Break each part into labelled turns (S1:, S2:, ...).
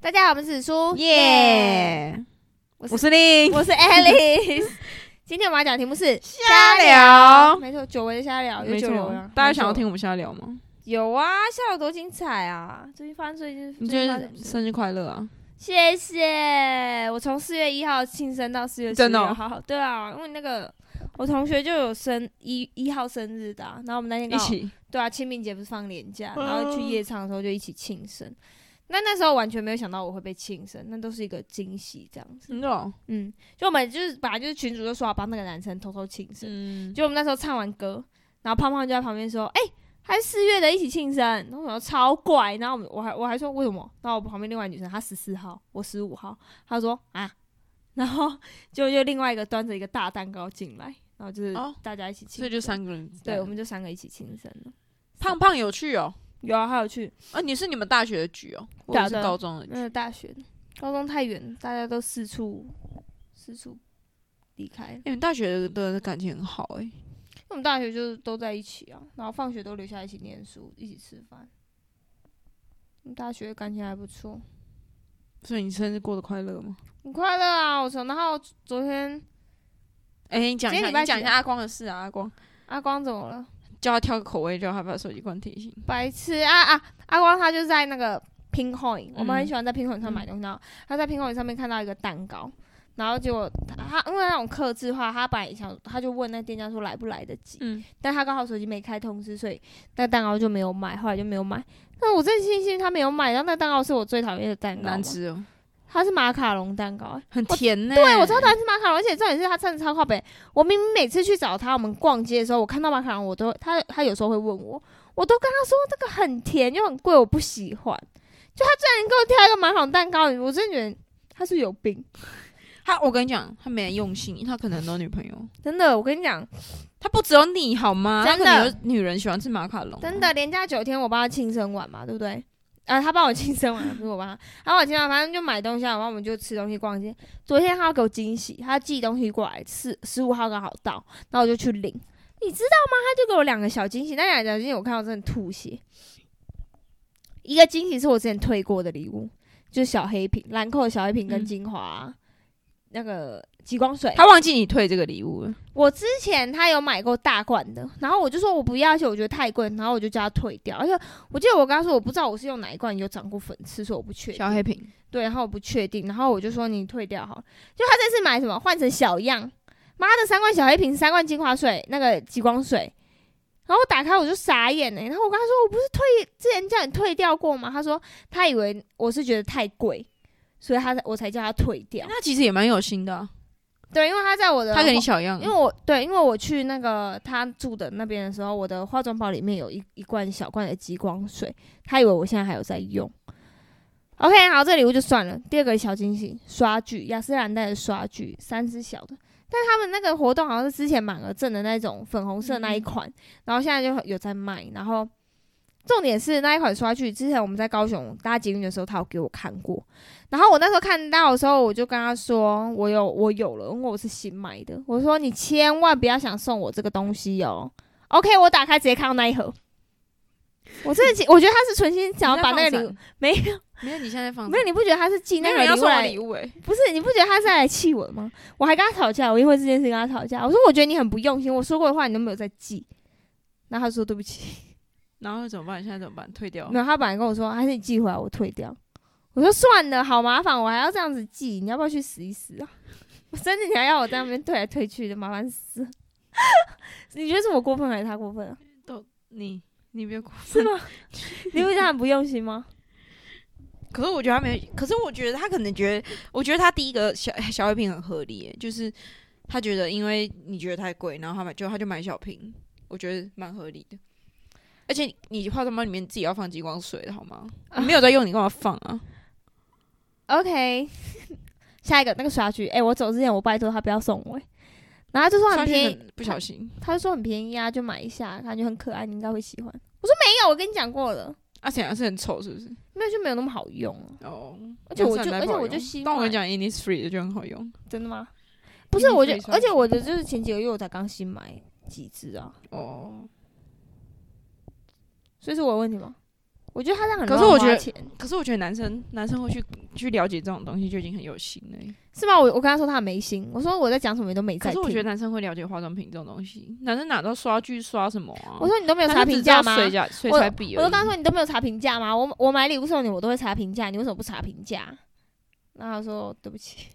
S1: 大家好，我们是叔，
S2: 耶、
S1: 我是
S2: 哦我是令，
S1: 我是 Alice。今 天我们要讲的题目是哦
S2: 瞎聊，
S1: 没错，久违的瞎聊，有
S2: 没
S1: 久
S2: 错
S1: 违了。
S2: 大家想要听我们瞎聊吗？
S1: 有啊，瞎聊多精彩啊！最近发生最近，
S2: 你觉
S1: 最近发生
S2: 得生日快乐啊？
S1: 谢谢，我从四月一号庆生到四月
S2: 真的哦
S1: 16好好对啊，因为那个我同学就有生一一号生日的啊、然后我们那天
S2: 一
S1: 刚好
S2: 起
S1: 对啊，清明节不是放年假，
S2: 嗯
S1: 然后去夜场的时候就一起庆生。那那时候完全没有想到我会被庆生，那都是一个惊喜这样子。
S2: 真的哦，
S1: 嗯，就我们就是本来就是群主就说要帮那个男生偷偷庆生，
S2: 嗯，
S1: 就我们那时候唱完歌，然后胖胖就在旁边说：“哎、还是四月的一起庆生。”然后我说超怪，然后我们我还我还说为什么？然后我旁边另外一个女生她十四号，我十五号，她说啊，然后就又另外一个端着一个大蛋糕进来，然后就是
S2: 哦
S1: 大家一起庆生，
S2: 所以就三个人，
S1: 对，我们就三个一起庆生了。
S2: 胖胖有趣哦，
S1: 有啊，还有去
S2: 啊，你是你们大学的局哦，我
S1: 对啊
S2: 是
S1: 对啊
S2: 高中的嗯
S1: 那
S2: 局，
S1: 个大学、高中太远，大家都四处四处离开。
S2: 哎你们大学的感情很好哎，
S1: 因为我们大学就是都在一起啊，然后放学都留下一起念书，一起吃饭。我们大学感情还不错，
S2: 所以你生日过得快乐吗？
S1: 很快乐啊！我从然后昨天
S2: 哎，你讲一
S1: 今
S2: 下，
S1: 天礼拜
S2: 你讲一
S1: 几
S2: 下
S1: 啊
S2: 阿光的事啊，阿光
S1: 阿光怎么了？
S2: 叫他挑个口味，叫他把手机关提醒，
S1: 白痴啊啊！阿光他就在那个 Pincoin，、我们很
S2: 嗯
S1: 喜欢在 Pincoin 上买东西，然后他在 Pincoin 上面看到一个蛋糕，然后结果他他因为那种克制化，他本来想他就问那店家说来不来得及，
S2: 嗯，
S1: 但他刚好手机没开通知，所以那蛋糕就没有买，后来就没有买。那我真庆幸他没有买，然后那蛋糕是我最讨厌的蛋糕嘛，
S2: 难吃哦，
S1: 它是马卡龙蛋糕、欸
S2: 很甜呢，
S1: 对我超讨厌吃马卡龙，而且重点是它真的超靠北。我明明每次去找他，我们逛街的时候，我看到马卡龙，我都他他有时候会问我，我都跟他说这个很甜又很贵，我不喜欢。就他居然给我挑一个马卡龙蛋糕，我真的觉得他是不是有病，
S2: 他，我跟你讲，他没用心，他可能很多女朋友。
S1: 真的。我跟你讲，
S2: 他不只有你好吗？
S1: 真的
S2: 他可能有女人喜欢吃马卡龙、
S1: 真，的连假九天，我帮他庆生完嘛，对不对？啊，他帮我庆生完，不是我帮他，他帮我庆生完，反正就买东西啊，然后我们就吃东西、逛街。昨天他要给我惊喜，他寄东西过来，四十五号刚好到，然后我就去领，你知道吗？他就给我两个小惊喜，那两个小惊喜我看到真的吐血。一个惊喜是我之前退过的礼物，就是小黑瓶，兰蔻的小黑瓶跟
S2: 嗯
S1: 精华、啊那个极光水，
S2: 他忘记你退这个礼物了。
S1: 我之前他有买过大罐的，然后我就说我不要，而且我觉得太贵，然后我就叫他退掉。而且我记得我跟他说我不知道我是用哪一罐有长过粉刺，所以我不确定。
S2: 小黑瓶，
S1: 对，然后我不确定，然后我就说你退掉好了。就他这次买什么换成小样，妈的三罐小黑瓶，三罐精华水，那个极光水。然后我打开我就傻眼哎、然后我跟他说我不是退之前叫你退掉过吗？他说他以为我是觉得太贵，所以他我才叫他退掉。
S2: 那其实也蛮有心的啊、
S1: 对，因为他在我的
S2: 他给你小样，
S1: 因为我对，因为我去那个他住的那边的时候，我的化妆包里面有一一罐小罐的极光水，他以为我现在还有在用。OK，好，这个礼物就算了。第二个小惊喜，刷具，雅诗兰黛的刷具，三支小的。但他们那个活动好像是之前满额赠的那种粉红色那一款，然后现在就有在卖。然后重点是那一款刷具，之前我们在高雄搭捷运的时候，他有给我看过。然后我那时候看到的时候，我就跟他说：“我有，我有了，因为我是新买的。”我说：“你千万不要想送我这个东西哦。”OK，我打开直接看到那一盒，我真的其，我觉得他是存心想要把那个礼物
S2: 你在放闪
S1: 没有
S2: 没有，你现在在放
S1: 没有，你不觉得他是寄
S2: 没
S1: 那
S2: 有
S1: 个
S2: 人要
S1: 礼物
S2: 送我
S1: 来？
S2: 礼物哎、
S1: 不是，你不觉得他是来气我的吗？我还跟他吵架，我因为这件事跟他吵架。我说我觉得你很不用心，我说过的话你都没有在记。然后他说对不起，
S2: 然后怎么办？现在怎么办？退掉
S1: 没？有，他本来跟我说啊还是你寄回来，我退掉。我说算了，好麻烦，我还要这样子寄，你要不要去死一死啊？ 我真的你还要我在那边退来退去的，麻烦死了。 你觉得是我过分还是他过分啊？
S2: 你你别哭。
S1: 是吗？你不觉得他很不用心 吗？
S2: 可是我觉得他没有，可是我觉得他可能觉得，我觉得他第一个小 小黑瓶很合理、欸，就是他觉得因为你觉得太贵，然后他买就他就买小瓶，我觉得蛮合理的。而且你你化妆包里面自己要放激光水的好吗？你没有在用，你干嘛放啊？
S1: OK，下一个那个刷具，哎、我走之前我拜托他不要送我、欸然后他就说很
S2: 上去
S1: 便宜，
S2: 很不小心。
S1: 他就说很便宜啊，就买一下，感觉很可爱，你应该会喜欢。我说没有，我跟你讲过了，
S2: 啊，怎样是很丑是不是？
S1: 没有就没有那么好用啊、
S2: 哦，
S1: 而且我就
S2: 那
S1: 而
S2: 不
S1: 且
S2: 好
S1: 我就
S2: 用
S1: 希
S2: 但我跟
S1: 望
S2: 你讲，Innisfree 的就很好用
S1: 真的吗？不是，我觉
S2: 一定可以
S1: 得，
S2: 算
S1: 而且我的就是前几个月我才刚新买几支啊，
S2: 哦。
S1: 所以是我的问题吗？我我觉得他这样很
S2: 可是我觉得
S1: 乱花钱
S2: 可是我觉得男生男生会去去了解这种东西就已经很有心了耶。
S1: 是吗？我我跟他说他很没心，我说我在讲什么你都没在
S2: 可
S1: 听。
S2: 是我觉得男生会了解化妆品这种东西，男生哪知道刷剧刷什么啊？
S1: 我说你都没有
S2: 他
S1: 查
S2: 就只
S1: 评
S2: 知道
S1: 价吗？
S2: 水甲水
S1: 我
S2: 彩笔
S1: 我
S2: 而
S1: 都
S2: 已
S1: 跟他说你都没有查评价吗？我我买礼物送你，我都会查评价，你为什么不查评价？然后他说对不起，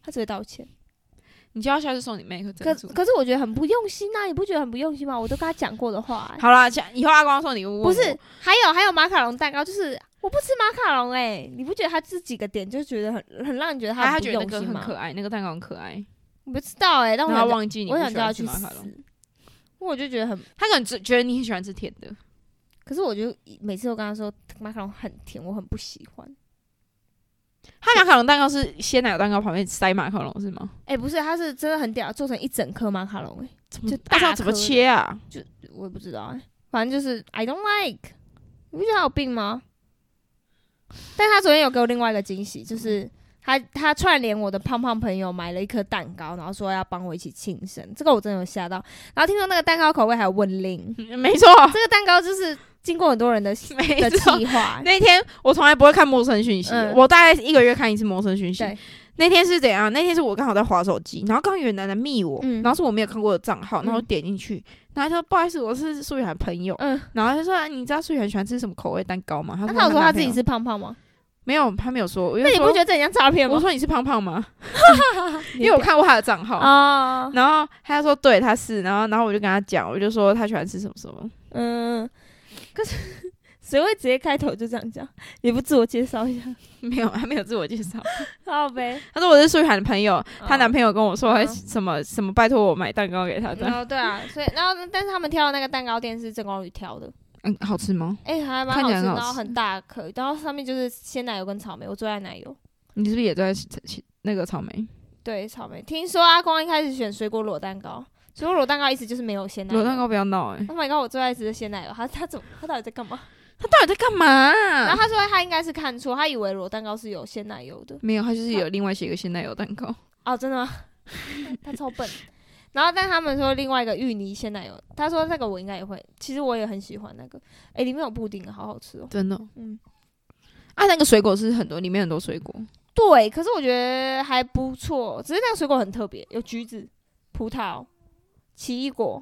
S1: 他只会道歉。
S2: 你就要下次送你妹和
S1: 可
S2: 珍珠。
S1: 可是我觉得很不用心啊，你不觉得很不用心吗？我都跟他讲过的 话、欸
S2: 好啦，下以后阿光送礼物问我
S1: 不是，还有还有马卡龙蛋糕，就是我不吃马卡龙哎、你不觉得他这几个点就觉得很很让你觉得
S2: 他
S1: 他
S2: 他
S1: 很不
S2: 觉得那
S1: 用
S2: 个
S1: 心
S2: 很
S1: 吗？
S2: 可爱，那个蛋糕很可爱，
S1: 我不知道哎、但
S2: 然
S1: 我
S2: 后他
S1: 想
S2: 忘记你
S1: 我
S2: 不
S1: 想
S2: 喜
S1: 叫他
S2: 欢吃
S1: 去
S2: 马
S1: 死
S2: 卡龙，，
S1: 我就觉得很，
S2: 他可能只觉得你很喜欢吃甜的，
S1: 可是我就每次都跟他说马卡龙很甜，我很不喜欢。
S2: 他马卡龙蛋糕是鲜奶油蛋糕旁边塞马卡龙是吗？
S1: 哎、不是，他是真的很屌，做成一整颗马卡龙哎、
S2: 怎么
S1: 就
S2: 他
S1: 大
S2: 知道怎么
S1: 颗的
S2: 切 啊？
S1: 我也不知道哎、反正就是 I don't like，你不觉得他有病吗？但他昨天有给我另外一个惊喜，就是他他串联我的胖胖朋友买了一颗蛋糕，然后说要帮我一起庆生，这个我真的有吓到。然后听说那个蛋糕口味还有问令，
S2: 嗯没错，
S1: 这个蛋糕就是经过很多人的
S2: 没
S1: 的
S2: 错。
S1: 计划，
S2: 那天我从来不会看陌生讯息，
S1: 嗯
S2: 我大概一个月看一次陌生讯息
S1: 对。
S2: 那天是怎样？那天是我刚好在划手机，然后刚好有男的密我，
S1: 嗯
S2: 然后是我没有看过的账号，
S1: 嗯
S2: 然后点进去，然后他说不好意思，我是素媛朋友，
S1: 嗯，
S2: 然后他说、啊你知道素媛喜欢吃什么口味蛋糕吗？他
S1: 那
S2: 说
S1: 他有说他
S2: 男
S1: 自
S2: 朋友
S1: 己是胖胖吗？
S2: 没有，他没有说，我就
S1: 那你不
S2: 说
S1: 觉得这很像诈骗
S2: 我
S1: 吗？
S2: 说你是胖胖吗？因为我看过他的账号，
S1: 啊，
S2: 然后他就说对他是，然后然后我就跟他讲，我就说他喜欢吃什么什么，
S1: 嗯，可是 谁会直接开头就这样讲？你不自我介绍一下？
S2: 没有，他没有自我介绍，
S1: 好呗，
S2: 他说我是素媛的朋友，她男朋友跟我说
S1: 嗯
S2: 什么什么拜托我买蛋糕给他
S1: 然
S2: 的，
S1: 后对啊，所以然后但是他们挑的那个蛋糕店是郑光宇挑的，
S2: 嗯，好吃吗？
S1: 哎、还蛮
S2: 看
S1: 好吃，
S2: 起来很好
S1: 然后
S2: 吃
S1: 很大颗，然后上面就是鲜奶油跟草莓，我最爱奶油，
S2: 你是不是也在吃吃那个草莓？
S1: 对草莓。听说阿光一开始选水果裸蛋糕，水果裸蛋糕意思就是没有鲜奶油。
S2: 裸蛋糕不要闹哎、
S1: Oh my god！我最爱吃的鲜奶油，他他怎么他到底在干嘛？
S2: 他到底在干嘛
S1: 然
S2: 啊、
S1: 后他说他应该是看错，他以为裸蛋糕是有鲜奶油的。
S2: 没有，他就是有另外写一个鲜奶油蛋 糕，
S1: 哦，真的吗？他超笨。然后，但他们说另外一个芋泥鲜奶油，他说那个我应该也会，其实我也很喜欢那个。哎，里面有布丁，好好吃哦。
S2: 真的。
S1: 嗯，
S2: 啊，那个水果是很多，里面很多水果，
S1: 对，可是我觉得还不错，只是那个水果很特别，有橘子、葡萄、奇异果、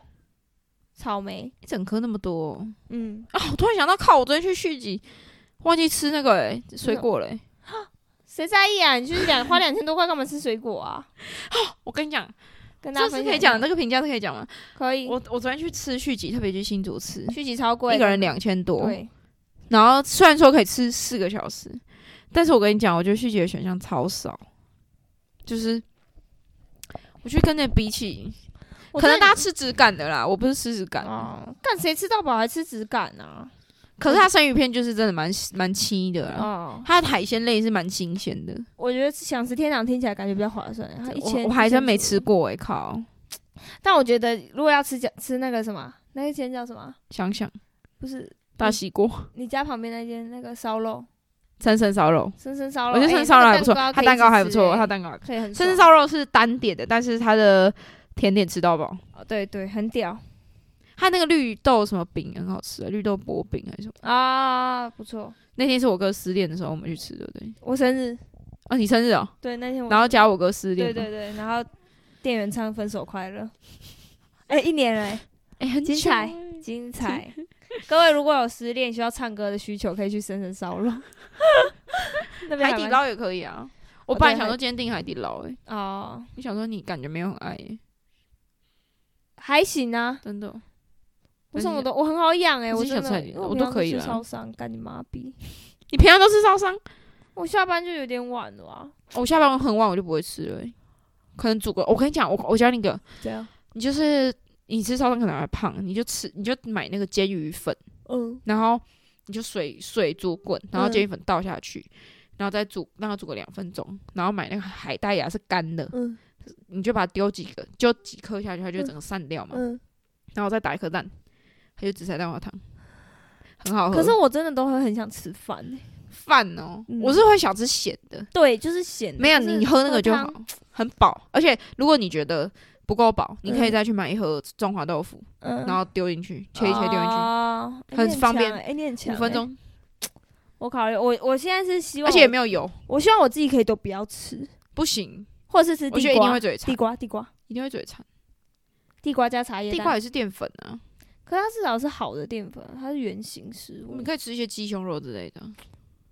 S1: 草莓。
S2: 一整颗那么多哦、
S1: 嗯，
S2: 啊！我突然想到，靠，我昨天去续集忘记吃那个哎、水果嘞、
S1: 谁在意啊？你去两花两千多块干嘛吃水果啊？
S2: 我跟你讲，
S1: 跟大家
S2: 这
S1: 分
S2: 是
S1: 享
S2: 可以
S1: 一下
S2: 讲，这个评价是可以讲吗？
S1: 可以
S2: 我。我昨天去吃续集，特别去新竹吃，
S1: 续集超贵，
S2: 一个人两千多，
S1: 对，
S2: 然后虽然说可以吃四个小时，但是我跟你讲，我觉得续集的选项超少，就是我去跟那比起，
S1: 我
S2: 可能
S1: 真的
S2: 大家吃质感的啦，我不是吃质感的，
S1: 哦，干谁吃到饱还吃质感啊？
S2: 可是它生鱼片就是真的蛮蛮轻的啦，
S1: 哦，
S2: 它的海鲜类是蛮新鲜的，
S1: 我觉得想吃天堂听起来感觉比较划算，它一千
S2: 我我还真没。
S1: 一千
S2: 吃过哎、靠，
S1: 左右但我觉得如果要吃叫吃那个什么，那一间叫什么？
S2: 想想
S1: 嗯不是
S2: 大西锅
S1: 你家旁边那间那个烧肉，
S2: 三生烧肉，
S1: 深深烧肉，
S2: 我觉得
S1: 哎
S2: 生烧肉还不错，
S1: 那个
S2: 它蛋糕还不错，
S1: 可以
S2: 它
S1: 一直吃
S2: 蛋糕还不错
S1: 哎可以很
S2: 生
S1: 深
S2: 烧肉是单点的，但是它的甜点吃到饱。
S1: 烧，哦对对，很屌
S2: 它那个绿豆什么饼很好吃、啊，绿豆薄饼还是什么？
S1: 啊，不错。
S2: 那天是我哥失恋的时候，我们去吃，对不对？
S1: 我生日，
S2: 啊，你生日哦，
S1: 对那天我，
S2: 然后加我哥失恋
S1: 对
S2: 嘛，
S1: 对对，然后店员唱分手快 乐，哎，一年了哎。
S2: 哎、很
S1: 精
S2: 久
S1: 彩
S2: 欸
S1: 精彩！各位如果有失恋需要唱歌的需求，可以去深深烧 肉。那边
S2: 海底
S1: 还蛮
S2: 捞也可以啊。我
S1: 哦
S2: 本来
S1: 对
S2: 想
S1: 海
S2: 说今天订海底捞、欸，哎，
S1: 哦，
S2: 你想说你感觉没有很爱、欸，
S1: 还行啊。
S2: 真的。哦
S1: 为什么我都我很好养哎、
S2: 我
S1: 我
S2: 自己
S1: 真
S2: 想吃海
S1: 的
S2: 底
S1: 因
S2: 捞
S1: 为
S2: 我
S1: 平
S2: 都
S1: 常
S2: 可以
S1: 去
S2: 啦
S1: 超商干你妈逼！
S2: 你平常都吃烧伤？
S1: 我下班就有点晚了啊。
S2: 哦我下班很晚，我就不会吃了欸、可能煮个。我跟你讲，我我教你一个，
S1: 这样，
S2: 你就是你吃烧伤可能还胖，你就吃你就买那个煎鱼粉，
S1: 嗯，
S2: 然后你就水水煮滚，然后
S1: 嗯
S2: 煎鱼粉倒下去，然后再煮，让它煮个两分钟，然后买那个海带芽是干的，
S1: 嗯
S2: 你就把它丢几个，就几颗下去，它就整个散掉嘛，
S1: 嗯。
S2: 然后再打一颗蛋，它就紫菜蛋花汤，很好喝。
S1: 可是我真的都会很想吃饭、欸，
S2: 饭哦，
S1: 嗯
S2: 我是会想吃咸的，
S1: 对，就是咸的。
S2: 没有
S1: 就是
S2: 你喝那个就
S1: 汤
S2: 好，很饱，而且如果你觉得。不够饱，你可以
S1: 嗯
S2: 再去买一盒中华豆腐，
S1: 嗯
S2: 然后丢进去，切一切丢进去，
S1: 哦哎
S2: 很
S1: 你
S2: 方
S1: 强
S2: 便
S1: 哎、你很强、
S2: 五分，钟，
S1: 我考虑，我我现在是希望我，
S2: 而且也没有油，
S1: 我希望我自己可以都不要吃，
S2: 不行，
S1: 或者是吃
S2: 我
S1: 地
S2: 觉得一定
S1: 瓜
S2: 会，嘴馋
S1: 地，瓜，地瓜，
S2: 一定会嘴馋。
S1: 地瓜加茶叶
S2: 地
S1: 蛋
S2: 瓜也是淀粉啊，
S1: 可它至少是好的淀粉，它是原型食
S2: 我
S1: 物
S2: 们。可以吃一些鸡胸肉之类的。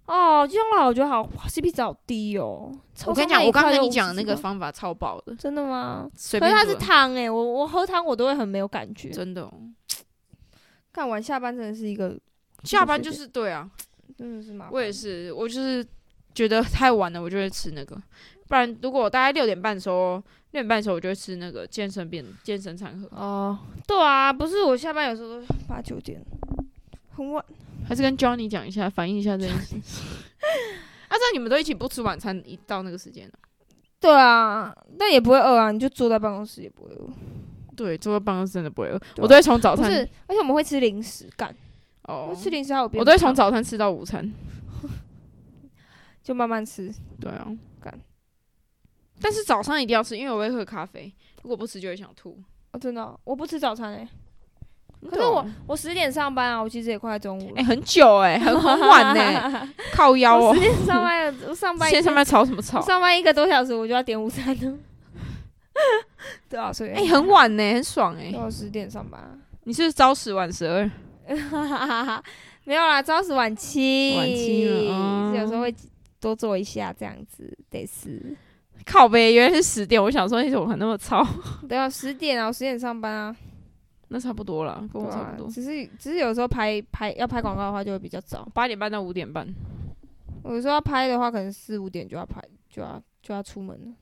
S1: 哦，鸡胸肉我觉得好哇 CP 值好低哦。
S2: 我跟你讲，我刚刚跟你讲的
S1: 的
S2: 那个方法超饱的，
S1: 真的吗？
S2: 随
S1: 可
S2: 便
S1: 是它是
S2: 煮的
S1: 汤哎、我我喝汤我都会很没有感觉。
S2: 真的哦。
S1: 干完下班真的是一个，
S2: 下班就是对啊，
S1: 真的是麻烦。
S2: 我也是，我就是觉得太晚了，我就会吃那个。不然如果我大概六点半的时候，六点半的时候我就会吃那个健身便健身餐盒，
S1: 哦，对啊，不是我下班有时候都八九点，很晚。
S2: 还是跟 Johnny 讲一下，反映一下这件事。 啊，这样你们都一起不吃晚餐，一到那个时间哦了。
S1: 对啊，但也不会饿啊，你就坐在办公室也不会饿。
S2: 对，坐在办公室真的不会饿，
S1: 啊
S2: 我都会从早
S1: 不
S2: 餐
S1: 是，而且我们会吃零食，干，我
S2: 哦
S1: 们，吃零食还有别
S2: 我都会从早餐吃到午餐。
S1: 就慢慢吃。
S2: 对啊，
S1: 干。
S2: 但是早上一定要吃，因为我会喝咖啡，如果不吃就会想吐。
S1: 哦，真的哦、我不吃早餐哎、可
S2: 对
S1: 是
S2: 啊
S1: 我我十点上班啊，我其实也快中午
S2: 哎、
S1: 了。
S2: 很久哎、很很晚哎、 靠腰
S1: 我
S2: 哦
S1: 十、点上班，我上班
S2: 现在上班吵什么吵
S1: 我？上班一个多小时，我就要点午餐了。 对啊，所以
S2: 哎、很晚呢、很爽哎、
S1: 到十点上班，啊
S2: 你是朝十晚十二，
S1: 没有啦，朝十晚七，
S2: 晚七了哦
S1: 是有时候会多做一下这样子，得 是。
S2: 靠呗，原来是十点。我想说，哎、怎么还那么吵？
S1: 对啊，十点啊，我十点上班啊，
S2: 那差不多了，跟我
S1: 对
S2: 差
S1: 啊
S2: 不多，
S1: 只是只是有时候拍拍要拍广告的话就会比较早，
S2: 八、点半到五点半。
S1: 我有时候要拍的话可能四五点就要拍就要就要出门了，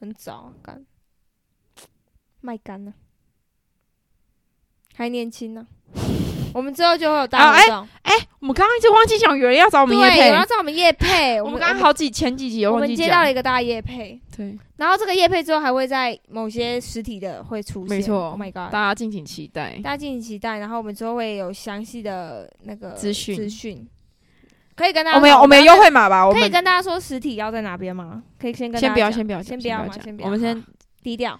S1: 很早啊干、卖干呢、还年轻 呢、我们之后就会有
S2: 啊
S1: 大
S2: 哎
S1: 活动。
S2: 我们刚刚一直忘记讲，有人要找我们叶
S1: 对，有要
S2: 配。
S1: 找我们叶配，
S2: 我
S1: 们
S2: 们刚刚好几前几集有
S1: 我
S2: 忘
S1: 们
S2: 记
S1: 接到
S2: 讲
S1: 了，一个大叶配，
S2: 对，
S1: 然后这个叶配之后还会在某些实体的会出现，
S2: 没错
S1: ，Oh my
S2: 大
S1: god，
S2: 家敬请期待。
S1: 大家敬请期待，然后我们之后会有详细的那个
S2: 资讯
S1: 资讯，可以跟大家
S2: 我们有
S1: 说
S2: 我们有优惠码吧？我
S1: 可以
S2: 们
S1: 跟大家说实体要在哪边吗？可以先跟大
S2: 先
S1: 家
S2: 不要，
S1: 讲
S2: 先不要讲，
S1: 先
S2: 先
S1: 不要嘛
S2: 讲
S1: 先不要
S2: 我们先
S1: 低调，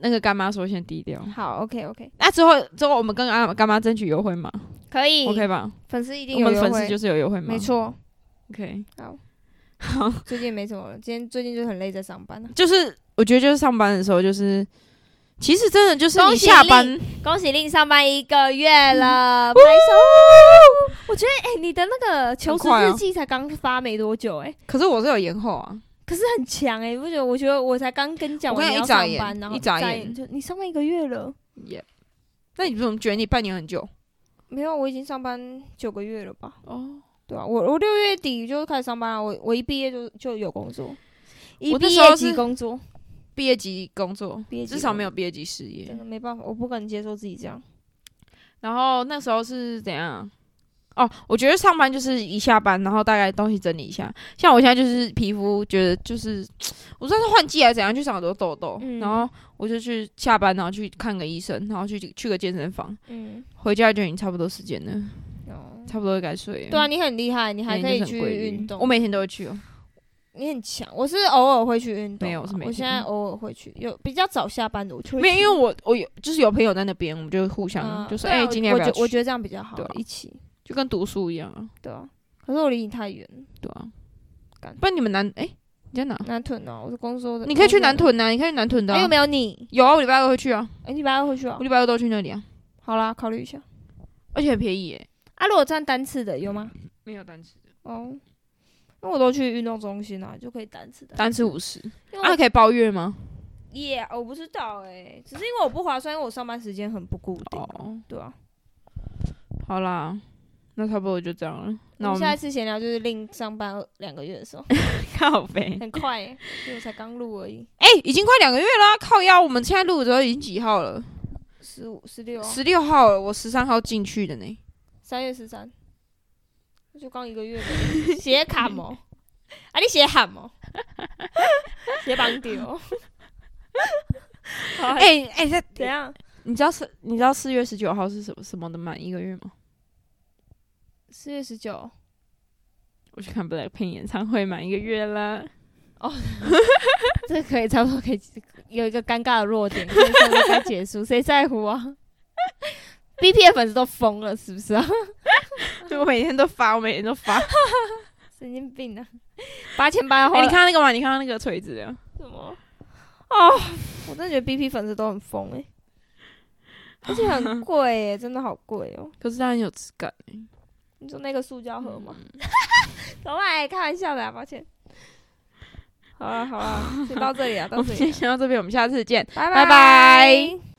S2: 那个干妈说先低调。
S1: 好，OK OK，
S2: 那之后之后我们跟阿干妈争取优惠码
S1: 可以
S2: ，OK 吧？
S1: 粉丝一定
S2: 我
S1: 有
S2: 们
S1: 优
S2: 粉丝
S1: 惠，
S2: 就是有优惠码，
S1: 没错，
S2: OK，
S1: 好，
S2: 好，
S1: 最近没什么了，今天最近就很累，在上班了，啊
S2: 就是我觉得就是上班的时候，就是其实真的就是
S1: 恭
S2: 你
S1: 喜
S2: 下
S1: 你
S2: 班，
S1: 恭喜令上班一个月 了，拍手。我觉得，哎、你的那个求职
S2: 很快啊
S1: 日记才刚发没多久、哎、
S2: 可是我是有延后啊，
S1: 可是很强哎、你不觉得？我觉得我才刚跟你讲
S2: 我
S1: 完
S2: 跟
S1: 你
S2: 你
S1: 要
S2: 一眨
S1: 上
S2: 眼
S1: 班，然后
S2: 一眨眼
S1: 就你上班一个月了，
S2: 耶、那你怎么觉得你半年很久？
S1: 没有，我已经上班九个月了吧？
S2: 哦，
S1: 对啊，我我六月底就开始上班了，我我一毕业就就有工作，一
S2: 我那
S1: 毕
S2: 时候
S1: 业即
S2: 是
S1: 工作，
S2: 毕业级工作
S1: 毕业，级
S2: 至少
S1: 工
S2: 没有毕业级失业
S1: 真。的没办法，我不敢接受自己这样。
S2: 然后那时候是怎样？哦，我觉得上班就是一下班，然后大概东西整理一下。像我现在就是皮肤觉得就是，我不知道是换季还是怎样，就长很多痘痘。
S1: 嗯
S2: 然后我就去下班，然后去看个医生，然后去去个健身房，
S1: 嗯，
S2: 回家就已经差不多时间了，
S1: 哦，
S2: 差不多该睡了。
S1: 对啊，你很厉害，你还
S2: 每
S1: 可
S2: 天
S1: 以
S2: 就是
S1: 去
S2: 很规律
S1: 运动。
S2: 我每天都会去哦。
S1: 你很强，我是偶尔会去运动啊，
S2: 没有我是每
S1: 我
S2: 天
S1: 现在偶尔会去，有比较早下班的我就会去。
S2: 没有，因为我我有就是有朋友在那边，我们就互相
S1: 嗯
S2: 就说，
S1: 对啊
S2: 哎，
S1: 我
S2: 今天要
S1: 我
S2: 不要
S1: 觉我
S2: 去？
S1: 觉得这样比较好
S2: 对啊，
S1: 一起
S2: 就跟读书一样啊，
S1: 对啊。可是我离你太远，
S2: 对啊
S1: 干。
S2: 不然你们南哎你在哪？
S1: 南屯哦，我是公司的。
S2: 你可以去南
S1: 公司
S2: 屯呐，你可以去南屯的
S1: 的，哎
S2: 啊
S1: 有。没有你？
S2: 有啊，我礼拜二会去啊，
S1: 哎，你礼拜二回去啊
S2: 我？礼拜二都去那里啊，
S1: 好啦，考虑一下。
S2: 而且很便宜耶。
S1: 啊，如果站单次的有吗？
S2: 没有单吃的，
S1: 哦，那我都去运动中心啊，就可以单次的。
S2: 单吃五十，
S1: 因为
S2: 啊，
S1: 我
S2: 可以包月吗？
S1: 耶，我不知道哎，只是因为我不划算，因为我上班时间很不固定，
S2: 哦，
S1: 对啊。
S2: 好啦，那差不多就这样了。那
S1: 我
S2: 我
S1: 们下一
S2: 们
S1: 次闲聊就是另上班两个月的时 候，
S2: 靠呗。
S1: 很快欸，因为我才刚录而已，
S2: 哎，已经快两个月啦，靠腰。我们现在录的时候已经几号了？
S1: 十五、十六啊，
S2: 十六号了，我十三号进去的呢。
S1: 三月十三，那就刚一个月了， 写卡哦，啊，你写喊 哦，写绑丢，好
S2: 哎哎，这
S1: 怎样？
S2: 你知道四你知道四月十九号是什么什么的满一个月吗？
S1: 四月十九，
S2: 我去看 BLACKPINK 演唱会满一个月 啦。
S1: 这可以差不多 可以有一个尴尬的弱点，可以差不多该结束，谁在乎啊？ B P 的粉丝都疯了，是不是啊？
S2: 对我每天都发，我每天都发。
S1: 神经病啊！八千八要花
S2: 哎，
S1: 了
S2: 你看那个嘛，你看那个锤子的，
S1: 什么？哦，我真的觉得 B P 粉丝都很疯哎、而且很贵哎、真的好贵哦、
S2: 可是它很有质感。
S1: 你说那个塑胶盒吗？
S2: 嗯
S1: 老外、开玩笑的、啊，抱歉。好了好了，就到这里啊，到
S2: 我
S1: 这
S2: 们
S1: 里啊，
S2: 先先到这边，我们下次见。
S1: 拜
S2: 拜拜